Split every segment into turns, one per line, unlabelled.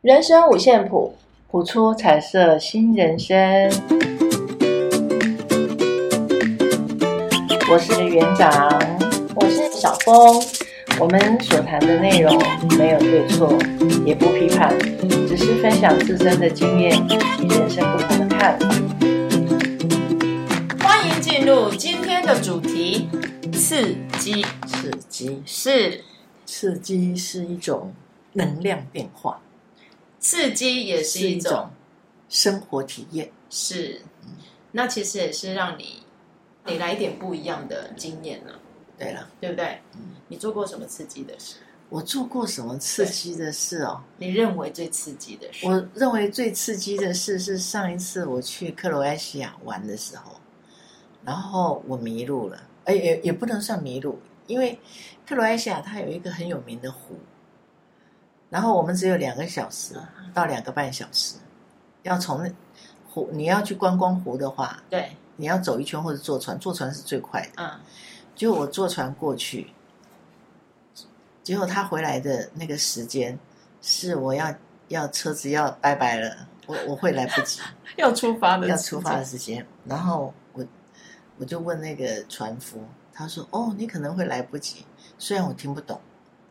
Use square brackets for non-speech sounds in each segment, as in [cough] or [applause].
人生五线谱，谱出彩色新人生。我是园长，我是小峰。我们所谈的内容没有对错，也不批判，只是分享自身的经验与人生不同的看法。
欢迎进入今天的主题：刺激
刺激，
是
刺激是一种能量变化，
刺激，也是一种
生活体验。
是。那其实也是让你你来一点不一样的经验了、
对了，
对不对
嗯？
你做过什么刺激的事？
我做过什么刺激的事哦？
你认为最刺激的事？
我认为最刺激的事是上一次我去克罗埃西亚玩的时候，然后我迷路了，哎，也也不能算迷路，因为克罗埃西亚它有一个很有名的湖，然后我们只有两个小时
嗯
到两个半小时，要从那湖你要去观光湖的话，
对，
你要走一圈或者坐船，坐船是最快的。
嗯，
结果我坐船过去，结果他回来的那个时间是我要要车子要拜拜了，我我会来不
[laughs]
及
要出发的
要出发的时间，然后我我就问那个船夫，他说：“哦，你可能会来不及。”虽然我听不懂，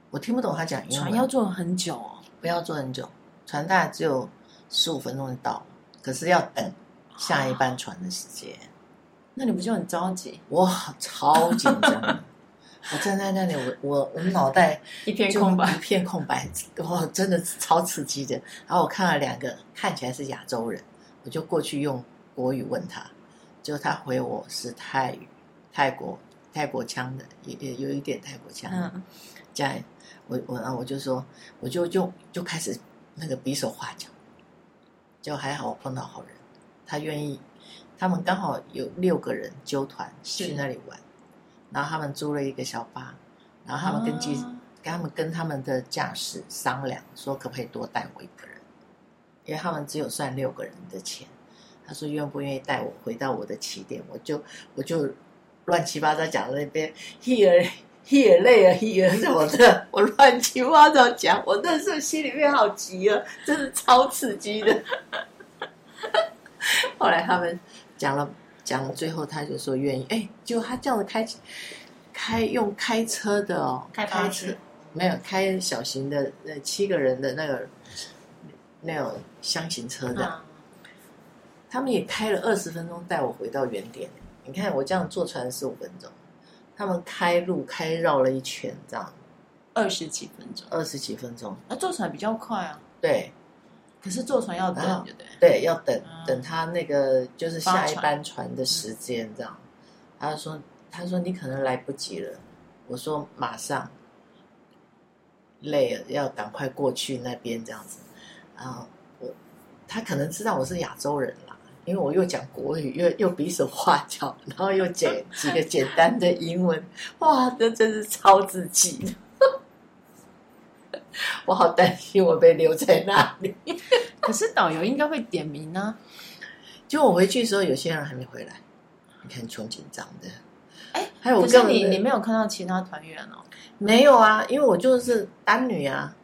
我听不懂他讲英文。
船要坐很久哦，
不要坐很久，船大概只有十五分钟就到，可是要等下一班船的时间。
[laughs] 那你不就很着急？
我超紧张，我站在那里，我我我脑袋
一片
就
空白。
一片空白，哇，真的是超刺激的。然后我看了两个看起来是亚洲人，我就过去用国语问他，结果他回我是泰语，泰国泰国腔的，也也有一点泰国腔的。
嗯，
这样，我我然后我就说，我就就就开始那个比手画脚，就还好我碰到好人，他愿意，他们刚好有六个人纠团
是
去那里玩，然后他们租了一个小巴，然后他们根据、
啊
跟他们跟他们的驾驶商量，说可不可以多带我一个人，因为他们只有算六个人的钱。他说愿不愿意带我回到我的起点？我就我就乱七八糟讲了那边 here here 累啊 here 什么的， [laughs] 我乱七八糟讲。我那时候心里面好急啊，真是超刺激的。 [laughs] 后来他们讲了讲了，最后他就说愿意。哎，就他这样子开开用开车的哦，
开巴
开
士
车没有开小型的那七个人的那个那种箱型车
啊
的，
嗯
他们也开了二十分钟带我回到原点。你看我这样坐船十五分钟，他们开路开绕了一圈，这样
二十几分钟，
二十几分钟。
那坐船比较快啊，
对
可是坐船要
啊
等，对不对？
对，要等
啊
等他那个就是
发
下一
船
班船的时间这样。他说他说你可能来不及了，我说马上，累了要赶快过去那边这样子。啊，我他可能知道我是亚洲人啦，因为我又讲国语，又又比手画脚，然后又
[laughs]
简几个简单的英文，哇，这真是超自己的。 [laughs] 我好担心我被留在那里。
可是导游应该会点名啊。
结果我回去的时候，有些人还没回来，你看穷紧张的。
哎，
还有我
可是
根本
你你没有看到其他团员哦，
没有啊？因为我就是单女啊，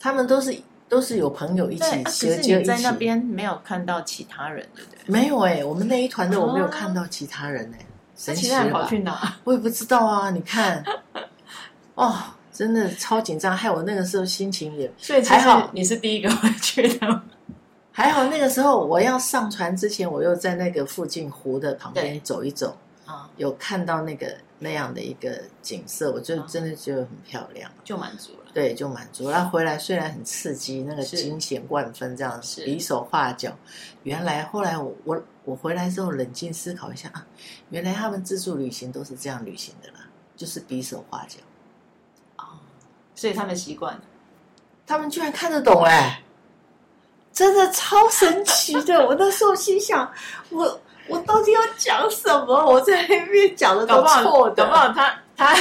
他们都是都是有朋友一
对，
起，
啊可
结
是
结
你
一
在那
起。
边没有看到其他人，对不对？
没有哎、我们那一团的
哦
我没有看到其他人哎、神
那
奇
其他
了
人跑
吧
去？哪？
我也不知道啊，你
[laughs]
看，哦，真的超紧张，害我那个时候心情也
所以其
还
实
好
你是第一个回去的，
还好。那个时候我要上船之前，我又在那个附近湖的旁
对
边走一走，
啊，
有看到那个那样的一个景色，我就
啊
真的觉得很漂亮。
就满足了。
对，就满足。然后回来虽然很刺激，那个
是
惊险万分，这样
是
比手画脚。原来后来我我我回来之后冷静思考一下啊，原来他们自助旅行都是这样旅行的啦，就是比手画脚。
所以他们习惯了。
他们居然看得懂哎、真的超神奇
[laughs]
的！我那时候心想，我我到底要讲什么？我在那边讲的
搞
都
不好，
错的，
搞不好他他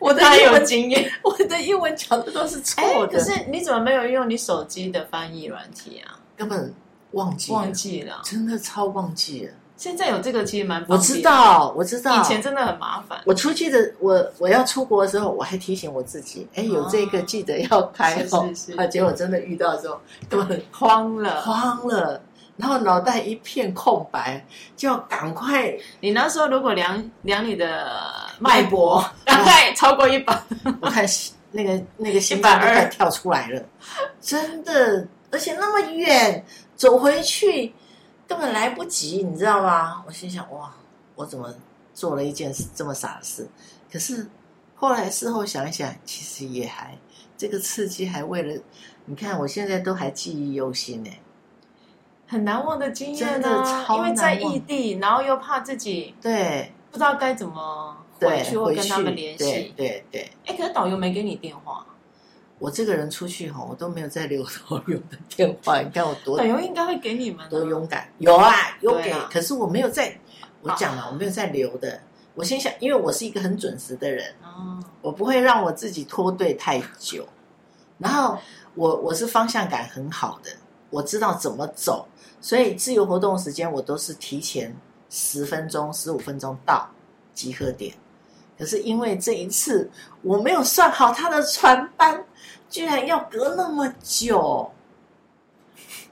我的
他
英
有
文
经验。
[laughs] 我的英文讲的都是
哎
错，的，
可是你怎么没有用你手机的翻译软体啊？
根本忘记了
忘记了，
真的超忘记了。
现在有这个其实蛮方
我
便
知，道，我知道。
以前真的很麻烦。
我出去的，我我要出国的时候，我还提醒我自己，哎，有这个
哦
记得要开哦。
是是是
啊，结果真的遇到的时候，根 [laughs] 本
慌了，
慌了，然后脑袋一片空白，就要赶快
你那时候如果量量你的脉搏，大概超过一百，
我看心那个那个心脏都快跳出来了，真的，而且那么远走回去根本来不及，你知道吗？我心想哇，我怎么做了一件这么傻的事？可是后来事后想一想，其实也还这个刺激还为了你看，我现在都还记忆犹新呢、
很难忘的经验
真
呢、
的
啊。
超
因为在
难忘
异地，然后又怕自己
对
不知道该怎么
对，
回去或
回
跟他们联
对
系。
对对，
哎，可是导游没给你电话，
我这个人出去吼，我都没有再留导游的电话，你看我多
导游应该会给你们、啊。
多勇敢，有啊，有给，
对啊
可是我没有在，我
啊
讲了，我没有在留的。我心想，因为我是一个很准时的人，
哦， [laughs]
我不会让我自己脱队太久。然后我我是方向感很好的，我知道怎么走，所以自由活动时间我都是提前十分钟、十五分钟到集合点。可是因为这一次我没有算好他的船班，居然要隔那么久，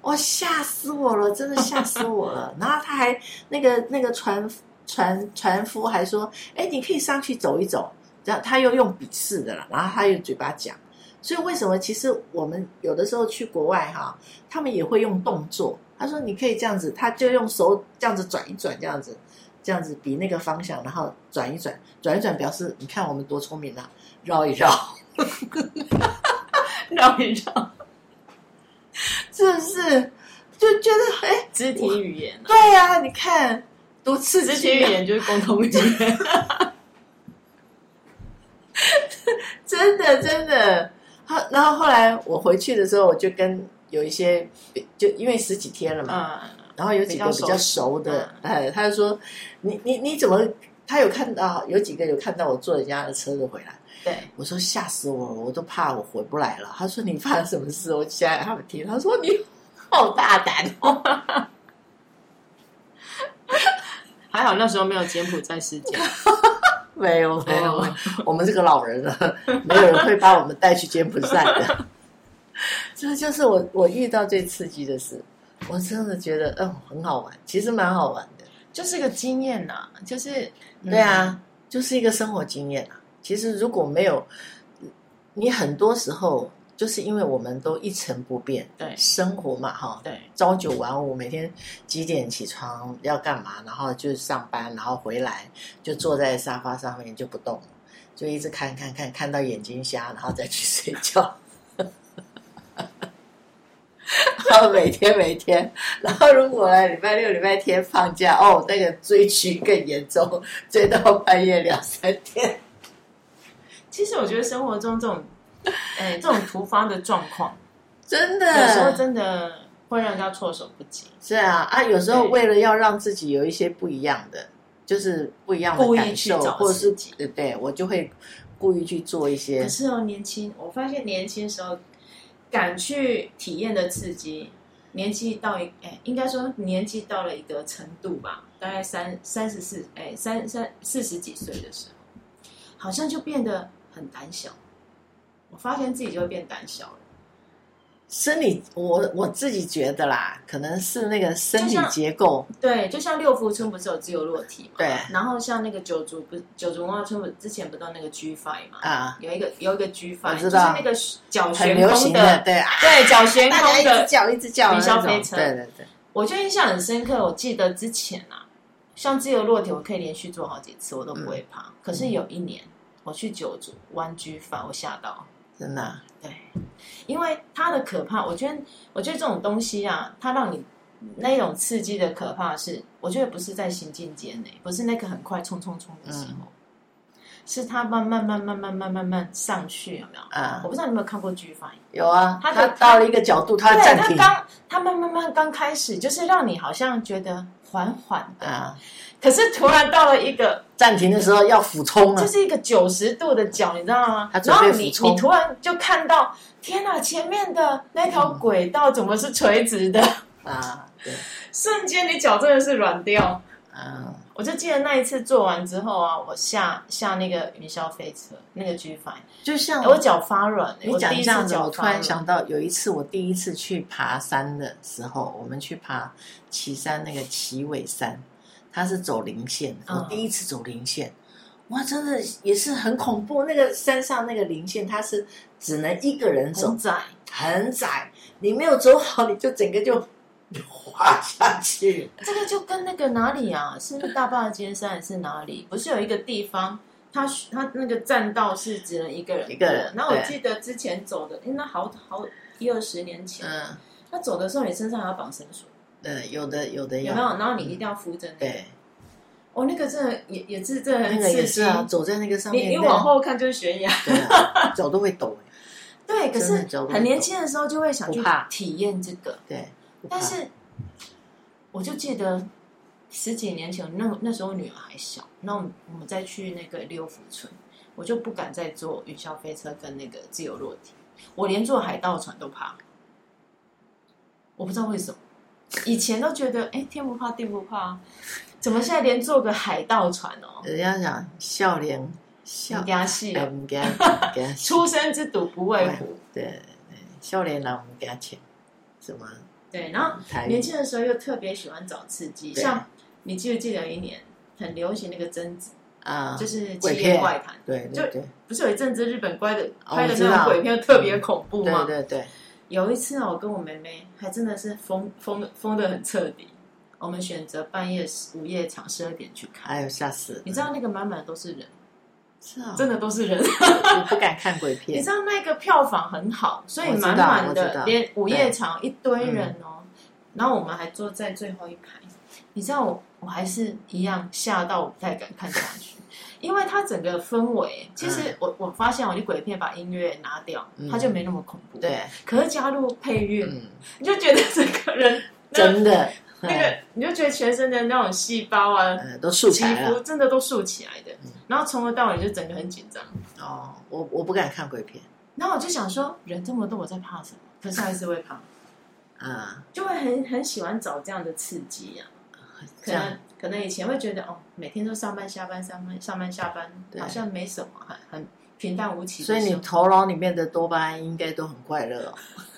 我吓死我了，真的吓死我了。然后他还那个那个船船船夫还说：“哎，你可以上去走一走。”然后他又用笔试的了，然后他又嘴巴讲。所以为什么其实我们有的时候去国外哈，他们也会用动作。他说你可以这样子，他就用手这样子转一转，这样子，这样子比那个方向，然后转一转，转一转表示你看我们多聪明啊，绕一绕，
绕一绕，
是不是？就觉得哎，
肢体语言、啊，
对呀、你看多刺
[laughs] 肢体语
激、啊，
言就是共同语言。
真的真的。后然后后来我回去的时候，我就跟有一些就因为十几天了嘛，
[laughs] 嗯，
然后有几个比较熟的，哎，他就说你你你怎么？他有看到有几个有看到我坐人家的车子回来，
对，
我说吓死我了，我都怕我回不来了。他说你怕什么事？我讲给他们听。他说你好大胆 [laughs] 哦，
还好那时候没有柬埔寨事 [laughs] 件。哦
没有没有，我们这个老人了，没有人会把我们带去柬埔寨的。 [laughs] 这就是我我遇到最刺激的事，我真的觉得嗯很好玩，其实蛮好玩的。
就是个经验呐、就是嗯
对，啊，就是一个生活经验啊。其实如果没有，你很多时候就是因为我们都一成不变，
对
生活嘛哈，
对
朝九晚五，每天几点起床要干嘛，然后就上班，然后回来就坐在沙发上面就不动了，就一直看看看看到眼睛瞎，然后再去睡觉。 [laughs] 然后每天每天，然后如果呢礼拜六、礼拜天放假，哦，那个追剧更严重，追到半夜两三点。
其实我觉得生活中这 [laughs] 种，哎，这种突发的状况，
[laughs] 真
有时候
的，
真的会让人家措手不及，
是啊啊！有时候
对
为了要让自己有一些不一样的，就是不一样的
故意
感
去
受，
找
或者是
刺激
对对，我就会故意去做一些
可是哦，年轻，我发现年轻时候敢去体验的刺激，年纪到一，哎，应该说年纪到了一个程度吧，大概三三十四，哎，三三四十几岁的时候，好像就变得很胆小。我发现自己就会变胆小了，
生理，我我自己觉得啦，可能是那个生理
就像
结构，
对，就像六福村不是有自由落体嘛，
对
然后像那个九族不九族文化村，不之前不都那个 G Five 嘛，
啊，
有一个有一个 G
我
Five，
知
就是
道
那个脚
很
悬
流
空
行的，
的，
对啊，
对，脚悬
大家一
空
直
的
叫一直叫的
云霄
那种
飞车
对对对，
我就印象很深刻，我记得之前啊，像自由落体，我可以连续做好几次，我都不
嗯
会怕。可是有一年我去九族弯 G 法，我吓到，
真的啊
因为它的可怕，我觉得，我觉得这种东西啊，它让你那种刺激的可怕是，我觉得不是在行进间内，不是那个很快冲冲冲的时候，
嗯
是它慢慢慢慢慢慢慢慢上去，有没有？
啊
我，不知道你有没有看过 G 法。
有啊，
他
他
的
到了一个角度，他会
对，
暂
它
停
刚，它慢慢慢刚开始，就是让你好像觉得缓缓的，
啊，
可是突然到了一个，
暂停的时候要俯冲啊了
就，是一个九十度的角，你知道吗
嗯他？准
然
备
后
俯
你
冲
你突然就看到，天哪！前面的那条轨道怎么是垂直的？ [laughs]
啊，对，
瞬间你脚真的是软掉，
嗯，
我就记得那一次做完之后啊，我下下那个云霄飞车那个 G Five，、
就像
哎我脚发软、欸，
嗯你
我
讲
第一
这样
次
子，
脚
我突
发
然
软。
想到有一次我第一次去爬山的时候，我们去爬岐山那个岐尾山，它是走零线的，
嗯
我第一次走零线。哇，真的也是很恐怖。那个山上那个零线，它是只能一个人走
很，窄，
很窄，你没有走好，你就整个就滑下去。
这个就跟那个哪里啊，是不是大坝尖山还是哪里？不是有一个地方，它它那个栈道是只能一个人
一个人
然后我
对啊
记得之前走的，诶那好好一二十年前，
嗯，
他走的时候你身上还要绑绳索，
对，有的有的
有
要
没有？然后你一定要扶着那个。
对，
哦，那个真的也也是真的
那
很
个也
刺
是
激。
啊，走在那个上
你
面，
你
那个
往后看就是悬崖。 [laughs]
对啊，走都会抖。
对，可
真的
是
走路
很年轻的时候就会想去
不怕
体验这个， [laughs]
对，
但
啊
是我就记得十几年前，那那时候女儿还小，那我们我们再去那个六福村，我就不敢再坐云霄飞车跟那个自由落体，我连坐海盗船都怕，我不知道为什么，以前都觉得哎天不怕地不怕，怎么现在连坐个海盗船哦，
人家讲笑脸 [laughs] 笑
很，压戏
哎，
哦，
唔惊唔惊
出生之犊不畏
[laughs]
虎，
对对，笑脸人唔惊钱，什么
对，然后。
台
年
语？
轻的时候又特别喜欢找刺激，
对
像你记不记得有一年很流行那个贞子，
啊，
就是《
鬼
七
片
夜怪谈》，
对对对
不是有一阵子日本拍的
哦
拍的
我知道
那种鬼片特别恐怖
对
吗？
对对，
有一次哦，我跟我妹妹还真的是疯疯疯的很彻底，我们选择半夜十午夜场十二点去看，
哎呦吓死了！
你知道那个满满都是人，
是啊，
真的都是人。
我不敢看鬼
你
片
知，道那个票房很好，所以
我知道
满满
我知道嗯
的连午夜场一堆人哦、然后我们还坐在最后一排。你知道我我还是一样吓到，我不太敢看下
[laughs]
去，因为它整个氛围，其实我我发现，我就鬼片把音乐拿掉
嗯，
它就没那么恐怖。，
对，
可是加入配乐，
嗯，
你就觉得整个人那
真的，
那个，你就觉得全身的那种细胞啊、
呃都竖
肌
起来
肤
了。
真的都竖起来的
嗯，
然后从头到尾就整个很紧张。
哦，我我不敢看鬼片
然后我就想说，人这么多，我在怕什么？可是还是会怕，
啊，
就会很很喜欢找这样的刺激呀、可
这样
能可能以前会觉得哦，每天都上班下班上班上班下班，
对
好像没什么，很很平淡无奇的
所以你
生活
头脑里面的多巴胺应该都很快乐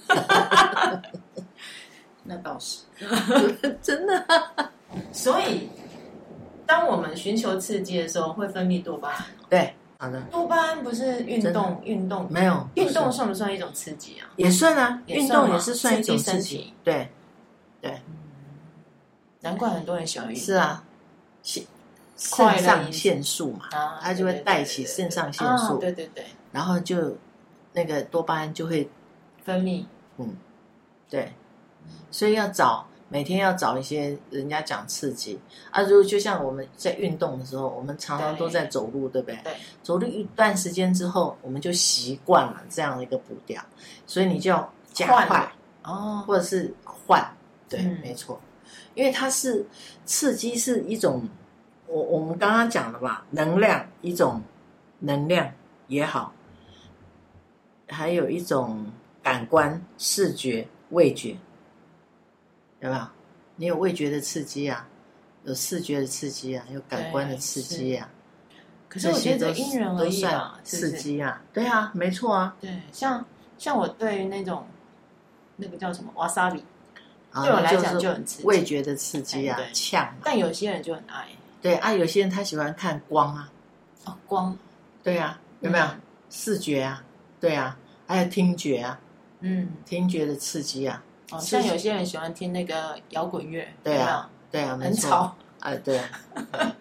哦，
那倒是。
真的。
所以，当我们寻求刺激的时候，会分泌多巴胺。
对，好的，
多巴胺不是运
真的
动运动
没有
运动
不是
算不算一种刺激啊？
也算啊，
也
运
算
动也
嘛
是算一种
刺激
刺
身
激
体，
对，
难怪很多人喜欢运动
是啊，腺
快
肾
乐
上
因子
腺素嘛，
啊，
它就会
对对对
带起
对对
肾上腺
啊
素
对对对，
然后就那个多巴胺就会
分泌
对，所以要找每天要找一些人家讲刺激啊，如果就像我们在运动的时候，我们常常都
对
在走路，对不对？
对。
走路一段时间之后，我们就习惯了这样的一个步调，所以你就要加
换
快
哦，
或者是换，对，
嗯
没错，因为它是刺激是一种，我我们刚刚讲的吧，能量一种能量也好，还有一种感官视觉、味觉，有没有？你有味觉的刺激啊，有视觉的刺激啊，有感官的刺激啊，
可是
这
我觉
些都
得因人而
都
异
算
吧，是
刺
不是？
激啊，对啊，没错啊，
对，像像我对于那种那个叫什么 wasabi，
啊
对我来
那
讲
是
就很刺激，
味觉的刺激啊
哎，对
呛啊，
但有些人就很爱
对啊，有些人他喜欢看光啊。
哦光，
对啊，有没有、
嗯
视觉啊？对啊，还有听觉啊，
嗯，
听觉的刺激啊，
哦，
是
像有些人喜欢听那个摇滚乐，
对啊对啊，
有没
没
有，很
错，
吵，
哎，
[laughs]
对啊，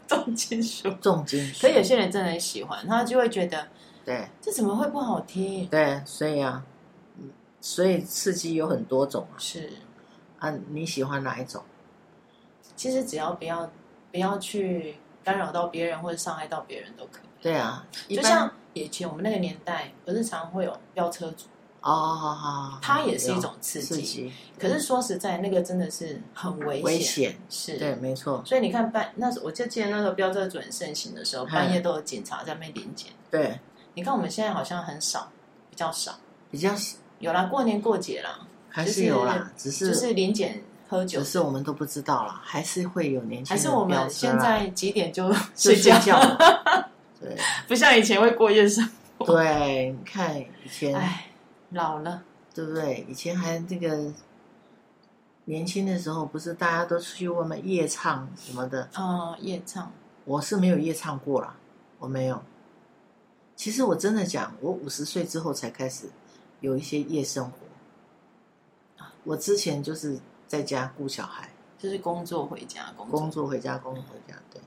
重金属。
重金属，
可有些人真的很喜欢，他就会觉得
对
这怎么会不好听？
对，所以啊，嗯所以刺激有很多种啊，
是，
啊，你喜欢哪一种？
其实只要不要不要去干扰到别人或者伤害到别人都可以。
对啊，一
就
般
像以前我们那个年代，不是常会有飙车族，
哦，好好好好
它也是一种
有
刺
刺
激。
激，
可是说实在，那个真的是很危险，
危险，
是。
对，没错，
所以你看半那时候，我就记得那时候飙车准盛行的时候，
嗯
半夜都有警察在那边临检。
对，
你看我们现在好像很少，比较少。
比较
有啦，过年过节啦，
还是有啦，只
就是临检喝酒
只，是我们都不知道了，还是会有年轻
还
人
是我
飙
们
车
现
啦
在几点就
就
[laughs] 睡觉？
觉了。 [laughs] 对
不像以前会
[laughs]
过夜生
对，你看以
活。
前
哎，老了，
对不对？以前还那个年轻的时候，不是大家都出去外面夜唱什么的，
哦，夜唱，
我是没有夜唱过啦，我没有。其实我真的讲，我五十岁之后才开始有一些夜生活。我之前就是在家顾小孩，
就是工作回家，工作
工作回家，工作回家。对，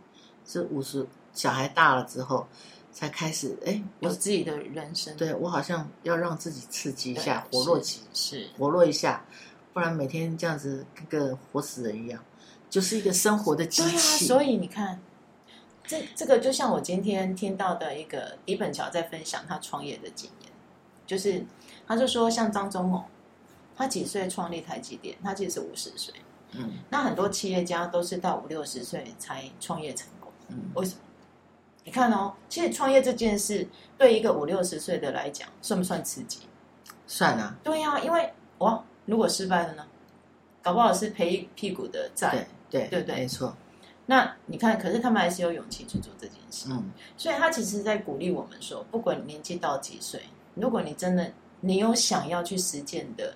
是五十小孩大了之后才开始，哎，
有
我
自己的人生，
对我好像要让自己刺激一
对，
下，活络
是
起，
是
活络一下，不然每天这样子跟个活死人一样，就是一个生活的机
对啊，
器。
所以你看，这这个就像我今天听到的一个李本桥在分享他创业的经验，就是他就说像张忠谋，他几岁创立台积电？他其实五十岁。
嗯
那很多企业家都是到五六十岁才创业成功，
嗯，
为什么？你看哦，其实创业这件事对一个五六十岁的来讲，算不算刺激？
算了，
对呀、因为哇，如果失败了呢，搞不好是赔一屁股的
对
债。
对
对对
没错，
那你看，可是他们还是有勇气去做这件事。
嗯。
所以他其实在鼓励我们说，不管你年纪到几岁，如果你真的你有想要去实践的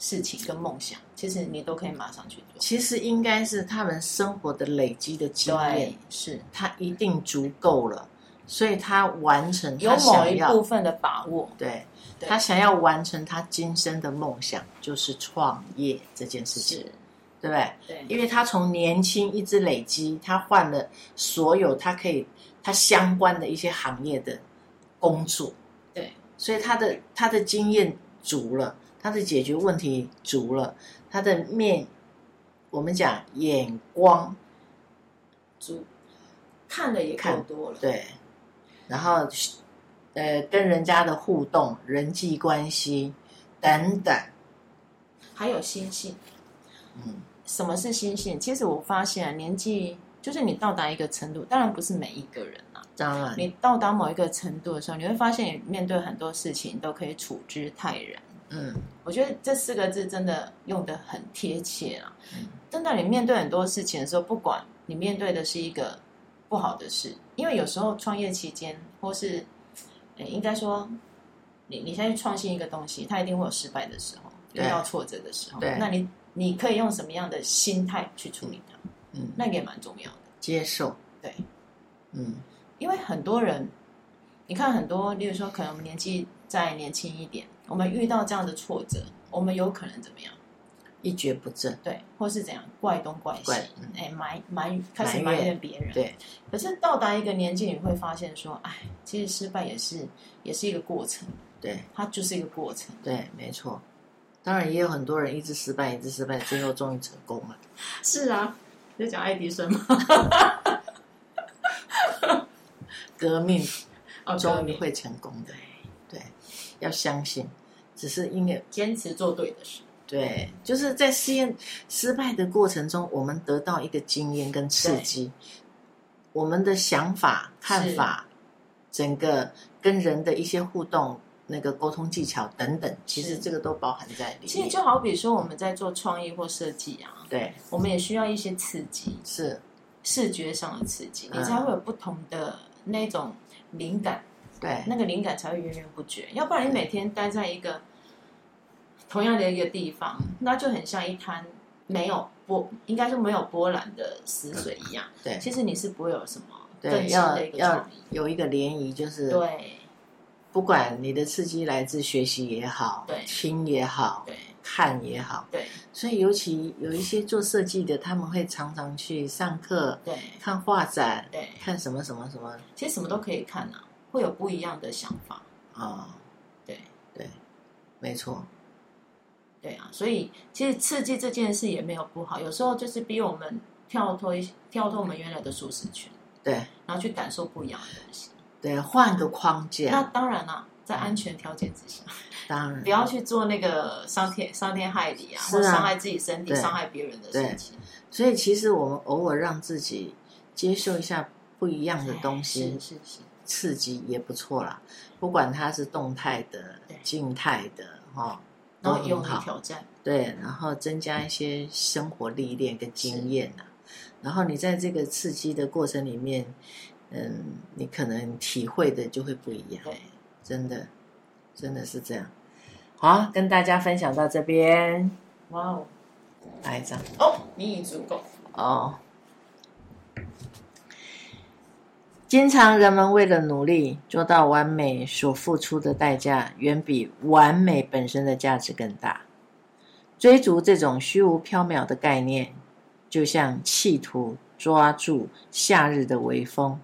事情跟梦想，其实你都可以马上去做。
其实应该是他们生活的累积的经验
对，，是
他一定足够了，所以他完成
有
他
某
想
一
要
部分的把握。
对
对
他想要完成他今生的梦想，就是创业这件事情，
是，
对不对？
对，
因为他从年轻一直累积，他换了所有他可以他相关的一些行业的工作，
对，
所以他的他的经验足了，他的解决问题足了，他的面我们讲眼光
足看的也够
看
多了。
对，然后呃跟人家的互动、人际关系等等，
还有心性，
嗯，
什么是心性？其实我发现啊年纪就是你到达一个程度，当然不是每一个人啊。
当然
你到达某一个程度的时候，你会发现你面对很多事情都可以处之泰然。
嗯
我觉得这四个字真的用的很贴切啊
嗯！
真的，你面对很多事情的时候，不管你面对的是一个不好的事，因为有时候创业期间，或是，呃应该说，你你现在去创新一个东西，它一定会有失败的时候，遇
对
到挫折的时候，
对
那你你可以用什么样的心态去处理它？
嗯，
那个也蛮重要的。
接受
对，
嗯
因为很多人，你看很多，例如说，可能我们年纪再年轻一点，我们遇到这样的挫折，我们有可能怎么样？
一蹶不振，
对，或是怎样怪东怪西，
怪
哎、
嗯
埋埋开始
埋
埋
怨
怨别人。
对，
可是到达一个年纪，你会发现说，哎，其实失败也是也是一个过程，
对
它就是一个过程。
对，没错。当然也有很多人一直失败，一直失败，最后终于成功了。
是啊，你在讲爱迪生吗？
革命
哦，
终于
对
会成功的，对，要相信。只是因为
坚持做对的事，
对，就是在试验失败的过程中，我们得到一个经验跟刺激，我们的想法、看法，整个跟人的一些互动、那个沟通技巧等等，其实
是
这个都包含在里
其实
面。
就好比说我们在做创意或设计啊，
对，
我们也需要一些刺激，
是，
视觉上的刺激，
嗯
你才会有不同的那种灵感，
对，
那个灵感才会源源不绝。要不然你每天待在一个同样的一个地方，那就很像一滩没有波，应该是没有波澜的死水一样。
对
其实你是不会有什么更
对，
新
要
的一个
要
创意。
有一个涟漪，就是
对
不管你的刺激来自学习也好，
对
听也好，
对
看也好，
对
所以尤其有一些做设计的，他们会常常去上课、
对
看画展、
对，
看什么什么什么
其实什么都可以看啊，会有不一样的想法。
啊、
对
对，没错，
对啊，所以其实刺激这件事也没有不好，有时候就是逼我们跳脱一跳脱我们原来的舒适圈，
对
然后去感受不一样的东西。
对，换个框
那
架，
当然啦、在安全条件之下，
当然
不要去做那个伤天伤天害理啊，
是啊
或伤害自己身体、
对
伤害别人的事情。
所以其实我们偶尔让自己接受一下不一样的东西
哎是，是是，
刺激也不错啦。不管它是动态的
对、
静态的，哈、哦
然
都
后勇
很
于
好。
挑战，
对，然后增加一些生活历练跟经验啊。然后你在这个刺激的过程里面，嗯，你可能体会的就会不一样。
对，
真的，真的是这样。好，跟大家分享到这边，
哇哦，
来一张
哦，你已足够。
哦。经常人们为了努力做到完美所付出的代价，远比完美本身的价值更大。追逐这种虚无缥缈的概念，就像企图抓住夏日的微风，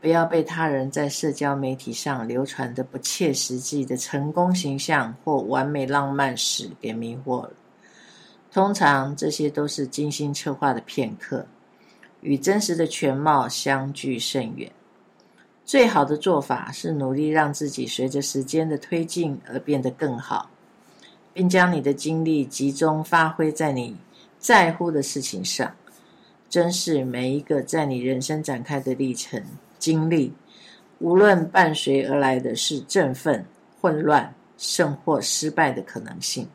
不要被他人在社交媒体上流传的不切实际的成功形象或完美浪漫史给迷惑了。通常这些都是精心策划的片刻，与真实的全貌相距甚远。最好的做法是努力让自己随着时间的推进而变得更好，并将你的精力集中发挥在你在乎的事情上。珍视每一个在你人生展开的历程经历，无论伴随而来的是振奋、混乱、胜或失败的可能性。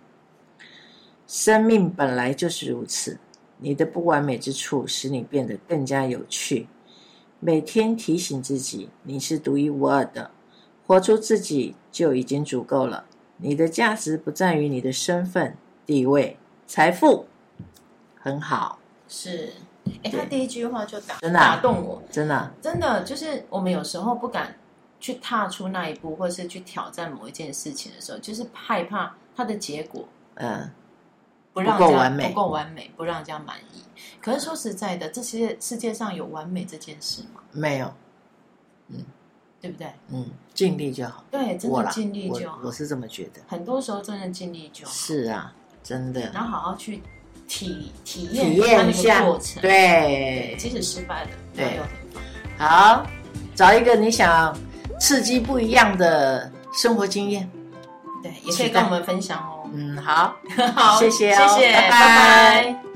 生命本来就是如此，你的不完美之处使你变得更加有趣。每天提醒自己，你是独一无二的，活出自己就已经足够了。你的价值不在于你的身份、地位、财富，很好，
是，
哎，他第一句话就打
真的啊
打动我，
真的，
真的就是我们有时候不敢去踏出那一步，或是去挑战某一件事情的时候，就是害怕它的结果
嗯，
不让
不够
人家
完美
不够完美，不让人家满意。可是说实在的，这些世界上有完美这件事吗？
没有，
对不对？
嗯，尽力就好。
对，真
我
的
啦，
尽力
我
就好
我。是这么觉得。
很多时候真的尽力就好，
是啊，真的，
然后好好去体体
体
验它
验一
那
下
个过，程。对，
对，
即使失败了，
对
那又
好，找一个你想刺激不一样的生活经验。
对，也可以
期待
跟我们分享哦。
嗯，好，
[laughs] 好，
谢谢哦
谢谢，
拜拜
拜拜